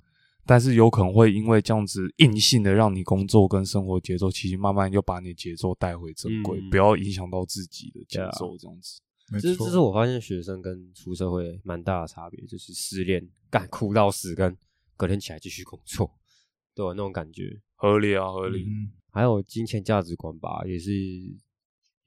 [SPEAKER 1] 但是有可能会因为这样子硬性的让你工作跟生活节奏，其实慢慢又把你的节奏带回正轨，
[SPEAKER 2] 嗯
[SPEAKER 1] 不要影响到自己的节
[SPEAKER 2] 对啊
[SPEAKER 1] 奏，这样子。
[SPEAKER 3] 没
[SPEAKER 2] 这是这是
[SPEAKER 3] 错，
[SPEAKER 2] 我发现学生跟出社会蛮大的差别，就是失恋干哭到死，跟隔天起来继续工作，对我啊那种感觉。
[SPEAKER 1] 合理啊，合理，
[SPEAKER 3] 嗯，
[SPEAKER 2] 还有金钱价值观吧，也是，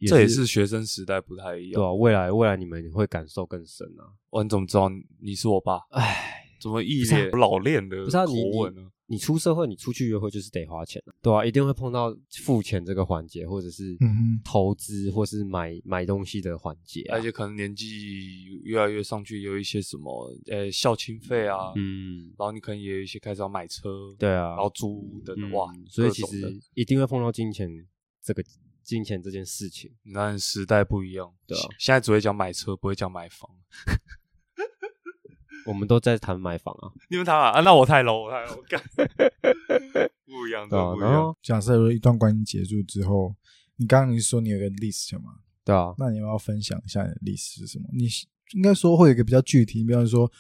[SPEAKER 1] 这也是学生时代不太一
[SPEAKER 2] 对
[SPEAKER 1] 样。
[SPEAKER 2] 啊，未来未来你们会感受更深啊。
[SPEAKER 1] 我你怎么知道你是我爸？
[SPEAKER 2] 唉，
[SPEAKER 1] 怎么一脸老练的
[SPEAKER 2] 不是啊，
[SPEAKER 1] 口
[SPEAKER 2] 你
[SPEAKER 1] 吻呢
[SPEAKER 2] 你？你出社会，你出去约会就是得花钱、啊，对啊，一定会碰到付钱这个环节，或者是
[SPEAKER 3] 嗯哼
[SPEAKER 2] 投资或是买买东西的环节、啊
[SPEAKER 1] 而。且可能年纪越来越上去，有一些什么呃校庆费啊，
[SPEAKER 2] 嗯，
[SPEAKER 1] 然后你可能也有一些开始要买车，
[SPEAKER 2] 对啊，
[SPEAKER 1] 然后租屋等等，哇
[SPEAKER 2] 嗯，所以
[SPEAKER 1] 各
[SPEAKER 2] 其
[SPEAKER 1] 种的
[SPEAKER 2] 实一定会碰到金钱这个金钱这件事情。
[SPEAKER 1] 你看时代不一样，
[SPEAKER 2] 对啊
[SPEAKER 1] 现现在只会讲买车，不会讲买房。
[SPEAKER 2] 我们都在谈买房啊，
[SPEAKER 1] 你们谈啊，啊那我太 low，我太 low，干， 不一样，真
[SPEAKER 2] 对
[SPEAKER 1] 的
[SPEAKER 2] 啊
[SPEAKER 1] 不，一
[SPEAKER 2] 然
[SPEAKER 1] 样。
[SPEAKER 2] 后
[SPEAKER 3] 假设有一段关系结束之后，你刚刚你说你有个 list 嘛？
[SPEAKER 2] 对啊，
[SPEAKER 3] 那你要不要分享一下你的 list 是什么？你应该说会有一个比较具体，比方说，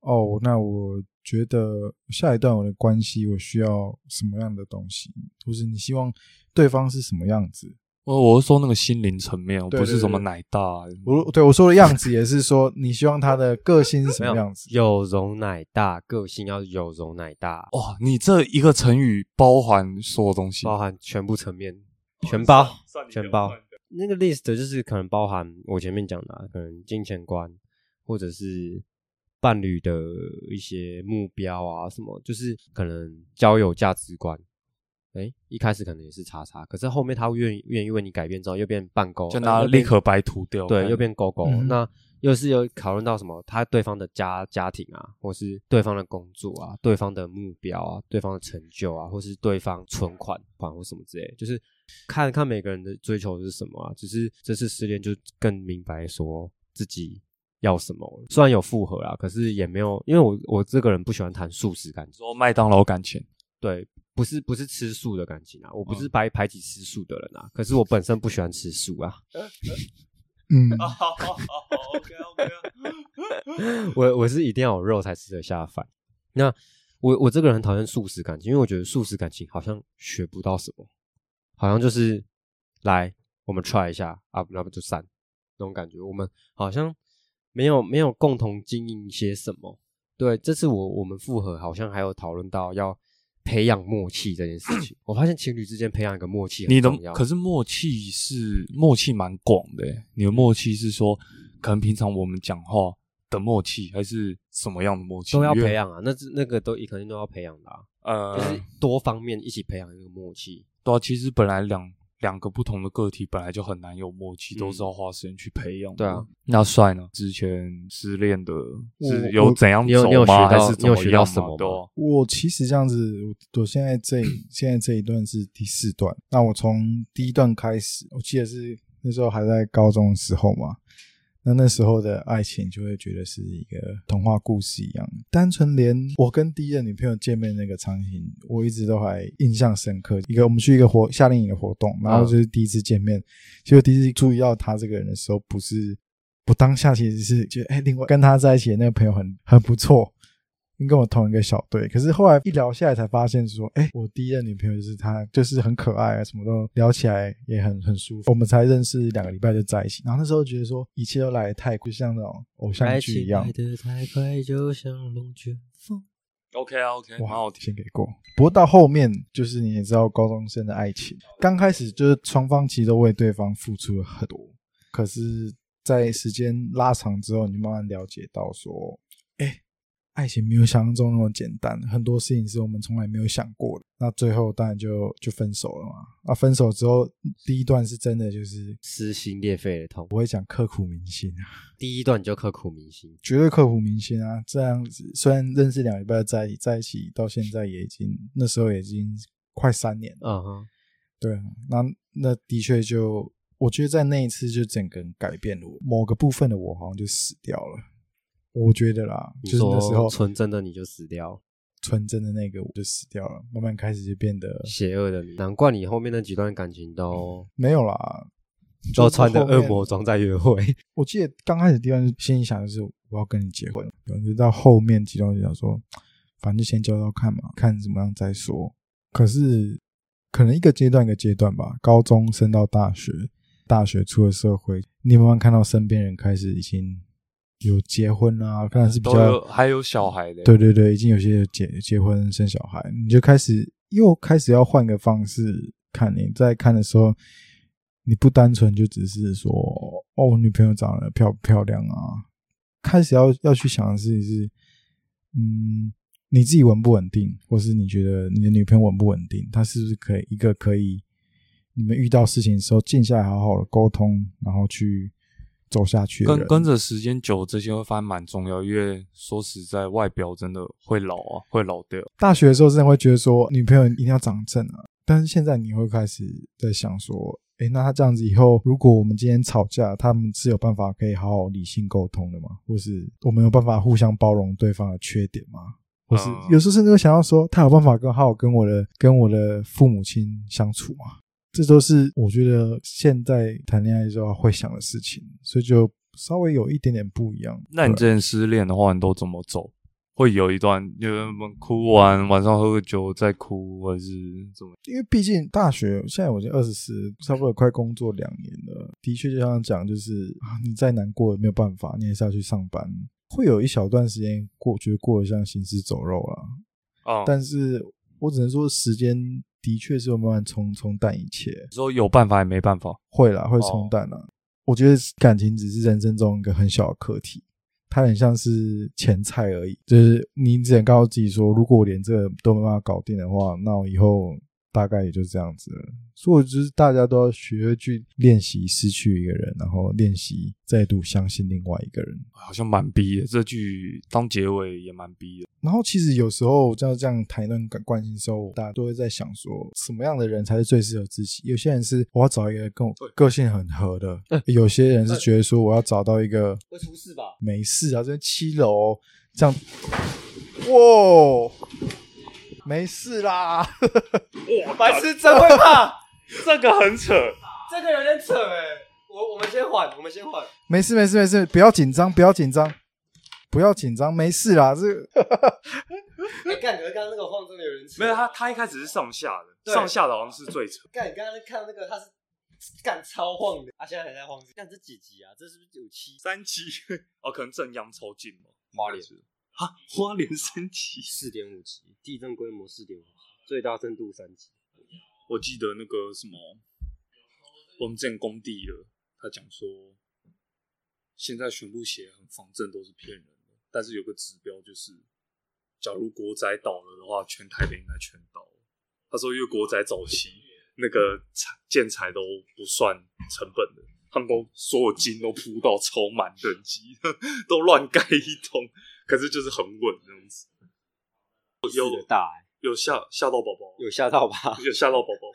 [SPEAKER 3] 哦，那我觉得下一段我的关系我需要什么样的东西，或是你希望对方是什么样子？
[SPEAKER 1] 我我是说那个心灵层面，我
[SPEAKER 3] 对
[SPEAKER 1] 不是
[SPEAKER 3] 对
[SPEAKER 1] 什么
[SPEAKER 3] 对
[SPEAKER 1] 奶大，
[SPEAKER 3] 我对我说的样子也是说你希望他的个性是什么样子？哦
[SPEAKER 2] 有容乃大，个性要有容乃大，
[SPEAKER 1] 哇，你这一个成语包含所有东西，
[SPEAKER 2] 包含全部层面，
[SPEAKER 3] 哦
[SPEAKER 2] 全包
[SPEAKER 1] 算，你的
[SPEAKER 2] 全包。那个 list 就是可能包含我前面讲的啊、可能金钱观，或者是伴侣的一些目标啊，什么，就是可能交友价值观。哎，一开始可能也是叉叉，可是后面他会愿意愿意为你改变之后，又变半勾，
[SPEAKER 1] 就
[SPEAKER 2] 呃
[SPEAKER 1] 拿
[SPEAKER 2] 又变
[SPEAKER 1] 立可白涂掉，
[SPEAKER 2] 对，
[SPEAKER 1] 看
[SPEAKER 2] 又变勾勾。
[SPEAKER 3] 嗯
[SPEAKER 2] 那又是有讨论到什么？他对方的家家庭啊，或是对方的工作啊，对方的目标啊，对方的成就啊，或是对方存款款或什么之类的，就是看看每个人的追求是什么啊。只是这次失恋就更明白说自己。要什么了？虽然有复合啊，可是也没有，因为我我这个人不喜欢谈素食感情，
[SPEAKER 1] 说麦当劳感情，
[SPEAKER 2] 对，不是不是吃素的感情啊，我不是排排挤吃素的人啊，可是我本身不喜欢吃素啊，
[SPEAKER 3] 嗯，
[SPEAKER 1] 好好好，OK OK，
[SPEAKER 2] 我我是一定要有肉才吃得下饭。那我我这个人很讨厌素食感情，因为我觉得素食感情好像学不到什么，好像就是来我们 try 一下啊，那不就散那种感觉。我们好像没有没有共同经营一些什么。对，这次我我们复合好像还有讨论到要培养默契这件事情。我发现情侣之间培养一个默契
[SPEAKER 1] 你
[SPEAKER 2] 很
[SPEAKER 1] 的
[SPEAKER 2] 重要。
[SPEAKER 1] 可是默契是默契蛮广的欸，你
[SPEAKER 2] 嗯
[SPEAKER 1] 的默契是说，可能平常我们讲话的默契，还是什么样的默契
[SPEAKER 2] 都要
[SPEAKER 1] 因为
[SPEAKER 2] 培养啊，那是那个都肯定都要培养的、啊，
[SPEAKER 1] 呃，
[SPEAKER 2] 就是多方面一起培养一个默契。
[SPEAKER 1] 对啊，其实本来两两个不同的个体本来就很难有默契，
[SPEAKER 2] 嗯
[SPEAKER 1] 都是要花时间去培养。
[SPEAKER 2] 对啊，
[SPEAKER 1] 那帅呢？之前失恋的是
[SPEAKER 3] 我
[SPEAKER 1] 有
[SPEAKER 3] 我
[SPEAKER 1] 怎样
[SPEAKER 2] 你有
[SPEAKER 1] 走
[SPEAKER 2] 你有
[SPEAKER 1] 吗？
[SPEAKER 2] 学到
[SPEAKER 1] 还是
[SPEAKER 2] 你
[SPEAKER 1] 怎
[SPEAKER 2] 有
[SPEAKER 1] 么
[SPEAKER 2] 学
[SPEAKER 1] 样
[SPEAKER 2] 到
[SPEAKER 1] 吗
[SPEAKER 2] 什么吗
[SPEAKER 1] 对啊
[SPEAKER 3] 我其实这样子，我我现在这现在这一段是第四段。那我从第一段开始，我记得是那时候还在高中的时候嘛。那那时候的爱情就会觉得是一个童话故事一样，单纯连我跟第一任女朋友见面那个场景，我一直都还印象深刻。一个我们去一个活夏令营的活动，然后就是第一次见面，结果第一次注意到他这个人的时候，不是我当下其实是觉得，哎、另外跟他在一起的那个朋友很很不错，跟我同一个小队。可是后来一聊下来才发现，说，哎、我第一任女朋友就是她，就是很可爱啊，什么都聊起来也很很舒服。我们才认识两个礼拜就在一起，然后那时候觉得说一切都来得太快，就像那种偶像
[SPEAKER 2] 爱
[SPEAKER 3] 剧
[SPEAKER 2] 情
[SPEAKER 3] 一样
[SPEAKER 2] 来。得太快，就像龙卷风。
[SPEAKER 1] OK 啊，OK，蛮
[SPEAKER 3] 哇
[SPEAKER 1] 好，听。
[SPEAKER 3] 先给过。不过到后面，就是你也知道，高中生的爱情，刚开始就是双方其实都为对方付出了很多，可是，在时间拉长之后，你就慢慢了解到说，哎，爱情没有想象中那么简单，很多事情是我们从来没有想过的。那最后当然就就分手了嘛。那分手之后，第一段是真的就是
[SPEAKER 2] 撕心裂肺的痛。
[SPEAKER 3] 我会讲刻骨铭心啊。
[SPEAKER 2] 第一段你就刻骨铭心，
[SPEAKER 3] 绝对刻骨铭心啊！这样子虽然认识两个礼拜在一起在一起，到现在也已经那时候也已经快三年了，
[SPEAKER 2] 嗯哼，
[SPEAKER 3] 对啊，那那的确就，我觉得在那一次就整个人改变了我，某个部分的我好像就死掉了。我觉得啦，
[SPEAKER 2] 你
[SPEAKER 3] 就是那时候
[SPEAKER 2] 说纯真的你就死掉，
[SPEAKER 3] 纯真的那个我就死掉了，慢慢开始就变得
[SPEAKER 2] 邪恶的你，难怪你后面那几段感情都
[SPEAKER 3] 没有啦，
[SPEAKER 2] 都穿着
[SPEAKER 3] 就是嗯后
[SPEAKER 2] 恶
[SPEAKER 3] 面
[SPEAKER 2] 魔装在约会。
[SPEAKER 3] 我记得刚开始第一段就心里想就是我要跟你结婚，然后到后面几段就想说，反正就先交交看嘛，看怎么样再说。可是可能一个阶段一个阶段吧，高中升到大学，大学出了社会，你慢慢看到身边人开始已经有结婚啊，看来是比
[SPEAKER 1] 都有
[SPEAKER 3] 较
[SPEAKER 1] 还有小孩的，
[SPEAKER 3] 嗯对对对，已经有些结结婚生小孩，你就开始又开始要换个方式看。你在看的时候，你不单纯就只是说哦，我女朋友长得漂不漂亮啊，开始要要去想的事情是，嗯，你自己稳不稳定，或是你觉得你的女朋友稳不稳定，她是不是可以一个可以你们遇到事情的时候静下来好好的沟通，然后去走下去的
[SPEAKER 1] 跟
[SPEAKER 3] 人
[SPEAKER 1] 跟着时间久，这些会发现蛮重要，因为说实在，外表真的会老啊，会老掉。
[SPEAKER 3] 大学的时候真的会觉得说女朋友一定要长正啊，但是现在你会开始在想说，诶，那他这样子以后，如果我们今天吵架，他们是有办法可以好好理性沟通的吗？或是我们有办法互相包容对方的缺点吗？或是
[SPEAKER 1] 嗯
[SPEAKER 3] 有时候甚至会想要说，他有办法更好好跟我的跟我的父母亲相处吗？这都是我觉得现在谈恋爱的时候会想的事情，所以就稍微有一点点不一样。
[SPEAKER 1] 那你之前失恋的话，你都怎么走？会有一段就是哭完，晚上喝个酒再哭，或者是怎么？
[SPEAKER 3] 因为毕竟大学现在我已经二十四，差不多快工作两年了。的确，就像讲，就是啊，你再难过也没有办法，你还是要去上班，会有一小段时间过，觉得过得像行尸走肉啦。
[SPEAKER 1] 啊、但
[SPEAKER 3] 但是我只能说，时间的确是会慢慢冲冲淡一切，
[SPEAKER 1] 说有办法也没办法，
[SPEAKER 3] 会啦，会冲淡啦。我觉得感情只是人生中一个很小的课题，它很像是前菜而已。就是你只能告诉自己说，如果我连这个都没办法搞定的话，那我以后大概也就这样子了。所以，我就是大家都要学会去练习失去一个人，然后练习再度相信另外一个人。
[SPEAKER 1] 好像蛮逼的。这句当结尾也蛮逼的。
[SPEAKER 3] 然后其实有时候这样这样谈一段感关系的时候，大家都会在想说，什么样的人才是最适合自己？有些人是我要找一个跟我个性很合的，有些人是觉得说我要找到一个
[SPEAKER 2] 嗯会出事吧？
[SPEAKER 3] 没事啊，这七楼这样，哇，没事啦，
[SPEAKER 2] 白痴真会怕，
[SPEAKER 1] 这个很扯，
[SPEAKER 2] 这个有点扯哎、我我们先缓，我们先缓。
[SPEAKER 3] 没事没事没事，不要紧张，不要紧张，不要紧张，没事啦，这个
[SPEAKER 2] 哎、干，可是刚刚那个晃真的有人扯
[SPEAKER 1] 没有他，他一开始是上下的，
[SPEAKER 2] 对
[SPEAKER 1] 上下的好像是最扯。
[SPEAKER 2] 干，你刚刚看到那个他是干超晃的，他、现在还在晃。干这几集啊？这是不是有七？
[SPEAKER 1] 三期哦，可能正央超近哦，
[SPEAKER 2] 花莲
[SPEAKER 1] 啊，花莲三期，
[SPEAKER 2] 四点五级，地震规模四点五，最大深度三级。
[SPEAKER 1] 我记得那个什么，我们之前工地的，他讲说，现在全部写很防震都是骗人的，但是有个指标就是，假如国宅倒了的话，全台北应该全倒了。他说，因为国宅早期那个材建材都不算成本的，他们都所有筋都铺到超满等级， 都乱盖一通，可是就是很稳这样子。
[SPEAKER 2] 有大、欸，
[SPEAKER 1] 有吓吓到宝宝，
[SPEAKER 2] 有吓到吧？
[SPEAKER 1] 有吓到宝宝，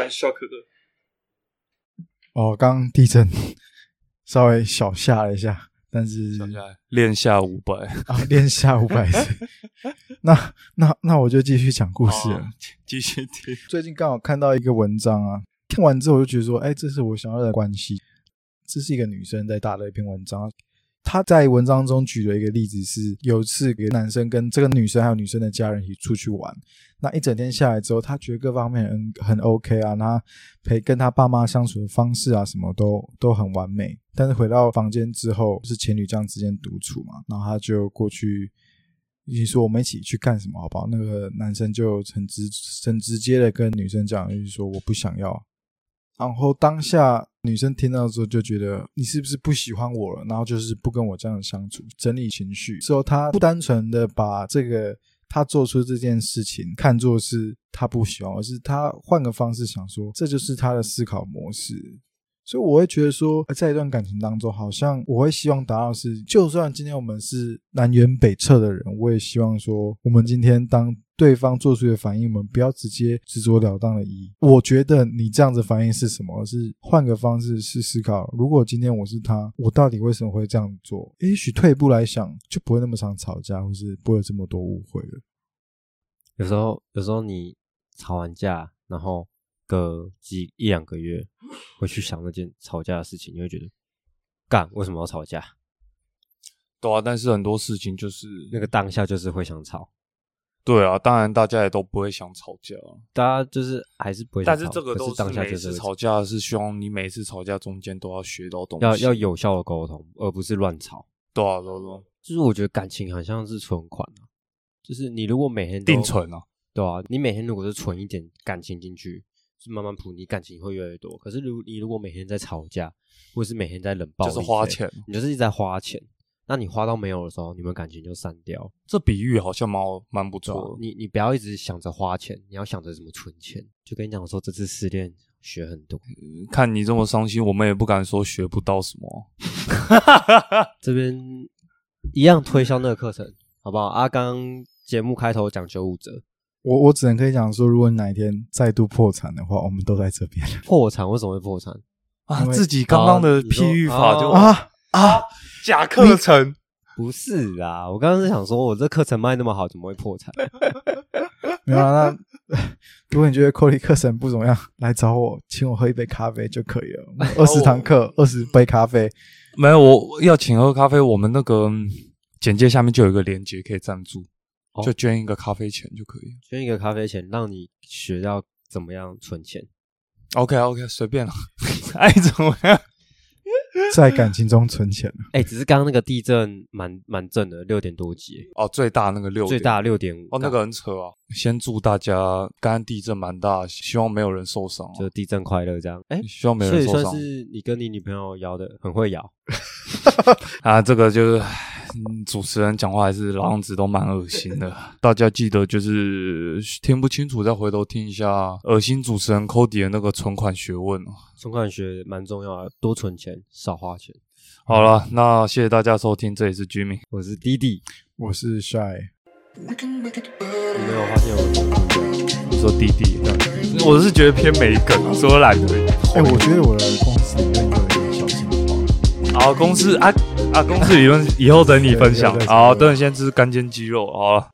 [SPEAKER 1] 蛮 shock 的。
[SPEAKER 3] 哦，刚刚地震稍微小吓了一下，但是
[SPEAKER 1] 练下五百，
[SPEAKER 3] 啊，练下五百次。 那那那我就继续讲故事了。
[SPEAKER 1] 好 继续听。
[SPEAKER 3] 最近刚好看到一个文章啊，看完之后我就觉得说，哎，这是我想要的关系。这是一个女生在打的一篇文章，她在文章中举了一个例子是，有一次一个男生跟这个女生还有女生的家人一起出去玩，那一整天下来之后，她觉得各方面很很 OK 啊，那陪跟她爸妈相处的方式啊，什么都都很完美。但是回到房间之后，是情侣这样之间独处嘛，然后她就过去。你说我们一起去干什么好不好？那个男生就很直很直接的跟女生讲，就是说我不想要，然后当下女生听到之后就觉得你是不是不喜欢我了，然后就是不跟我这样相处，整理情绪之后，她不单纯的把这个她做出这件事情看作是她不喜欢，而是她换个方式想说，这就是她的思考模式。所以我会觉得说，呃在一段感情当中，好像我会希望达到的是，就算今天我们是南辕北辙的人，我也希望说，我们今天当对方做出的反应，我们不要直接执着了当的一。我觉得你这样子反应是什么？而是换个方式去思考，如果今天我是他，我到底为什么会这样做？也许退一步来想，就不会那么常吵架，或是不会有这么多误会了。
[SPEAKER 2] 有时候有时候你吵完架，然后隔几一两个 月回去想那件吵架的事情，你会觉得干为什么要吵架？
[SPEAKER 1] 对啊，但是很多事情就是
[SPEAKER 2] 那个当下就是会想吵，
[SPEAKER 1] 对啊，当然大家也都不会想吵架啊，
[SPEAKER 2] 大家就是还是不会想
[SPEAKER 1] 但
[SPEAKER 2] 吵，
[SPEAKER 1] 是这个
[SPEAKER 2] 可
[SPEAKER 1] 都
[SPEAKER 2] 当下
[SPEAKER 1] 每
[SPEAKER 2] 就
[SPEAKER 1] 次
[SPEAKER 2] 会
[SPEAKER 1] 吵架是希望你每次吵架中间都要学到东西，
[SPEAKER 2] 要要有效的沟通，而不是乱吵。
[SPEAKER 1] 对啊，对啊对啊
[SPEAKER 2] 就是我觉得感情好像是存款啊，就是你如果每天都
[SPEAKER 1] 定存啊，
[SPEAKER 2] 对啊，你每天如果是存一点感情进去，是慢慢补，你感情会越来越多。可是如你如果每天在吵架，或者是每天在冷暴
[SPEAKER 1] 就
[SPEAKER 2] 力，
[SPEAKER 1] 是花，钱。
[SPEAKER 2] 你就是一直在花钱。那你花到没有的时候，你们感情就散掉。
[SPEAKER 1] 这比喻好像蛮好蛮不
[SPEAKER 2] 对啊
[SPEAKER 1] 错的，
[SPEAKER 2] 你你不要一直想着花钱，你要想着怎么存钱。就跟你讲说，这次失恋学很多。
[SPEAKER 1] 看你这么伤心，我们也不敢说学不到什么。
[SPEAKER 2] 这边一样推销那个课程，好不好？阿、啊、刚节目开头讲九五折，
[SPEAKER 3] 我我只能可以讲说，如果你哪一天再度破产的话，我们都在这边
[SPEAKER 2] 破产为什么会破产？
[SPEAKER 1] 啊
[SPEAKER 3] 因，为
[SPEAKER 1] 自己刚刚的譬喻法就
[SPEAKER 2] 哦
[SPEAKER 1] 啊
[SPEAKER 3] 啊啊！
[SPEAKER 1] 假课程，
[SPEAKER 2] 不是啦，我刚刚是想说，我这课程卖那么好，怎么会破 产？
[SPEAKER 3] 没有啊，那如果你觉得扣 o 课程不怎么样，来找我，请我喝一杯咖啡就可以了。二十堂课，二十杯咖啡，
[SPEAKER 1] 没有我要请喝咖啡，我们那个嗯简介下面就有一个链接可以赞助，
[SPEAKER 2] 哦
[SPEAKER 1] 就捐一个咖啡钱就可以。
[SPEAKER 2] 捐一个咖啡钱，让你学到怎么样存钱。
[SPEAKER 1] OK OK，随便了， 爱怎么样？
[SPEAKER 3] 在感情中存钱。
[SPEAKER 2] 哎、只是刚刚那个地震蛮蛮正的，六点多级，
[SPEAKER 1] 哦，最大那个六点
[SPEAKER 2] 最大六点五。
[SPEAKER 1] 哦，那个很扯啊！先祝大家，刚刚地震蛮大，希望没有人受伤、啊，
[SPEAKER 2] 就地震快乐这样。哎、
[SPEAKER 1] 希望没有
[SPEAKER 2] 所
[SPEAKER 1] 人
[SPEAKER 2] 以
[SPEAKER 1] 受
[SPEAKER 2] 算
[SPEAKER 1] 伤
[SPEAKER 2] 是你跟你女朋友摇的很会摇，
[SPEAKER 1] 啊。这个就是 唉嗯主持人讲话还是老样子，都蛮恶心的。 大家记得就是听不清楚再回头听一下恶心主持人 Cody 的那个存款学问啊。
[SPEAKER 2] 存款学蛮重要的，多存钱，少花钱。
[SPEAKER 1] 好了，那谢谢大家收听，这里是 Jimmy。
[SPEAKER 2] 我是弟弟，
[SPEAKER 3] 我是 Shy，
[SPEAKER 2] 你没有发现我？
[SPEAKER 1] 你说弟弟，我是觉得偏没梗，啊说懒而已。
[SPEAKER 3] 哎、我觉得我的公司里面有一个小精华，
[SPEAKER 1] 好，公司啊啊，公司理论以后等你分享
[SPEAKER 3] 对对。对
[SPEAKER 1] 好，等你先吃干煎鸡肉。好了。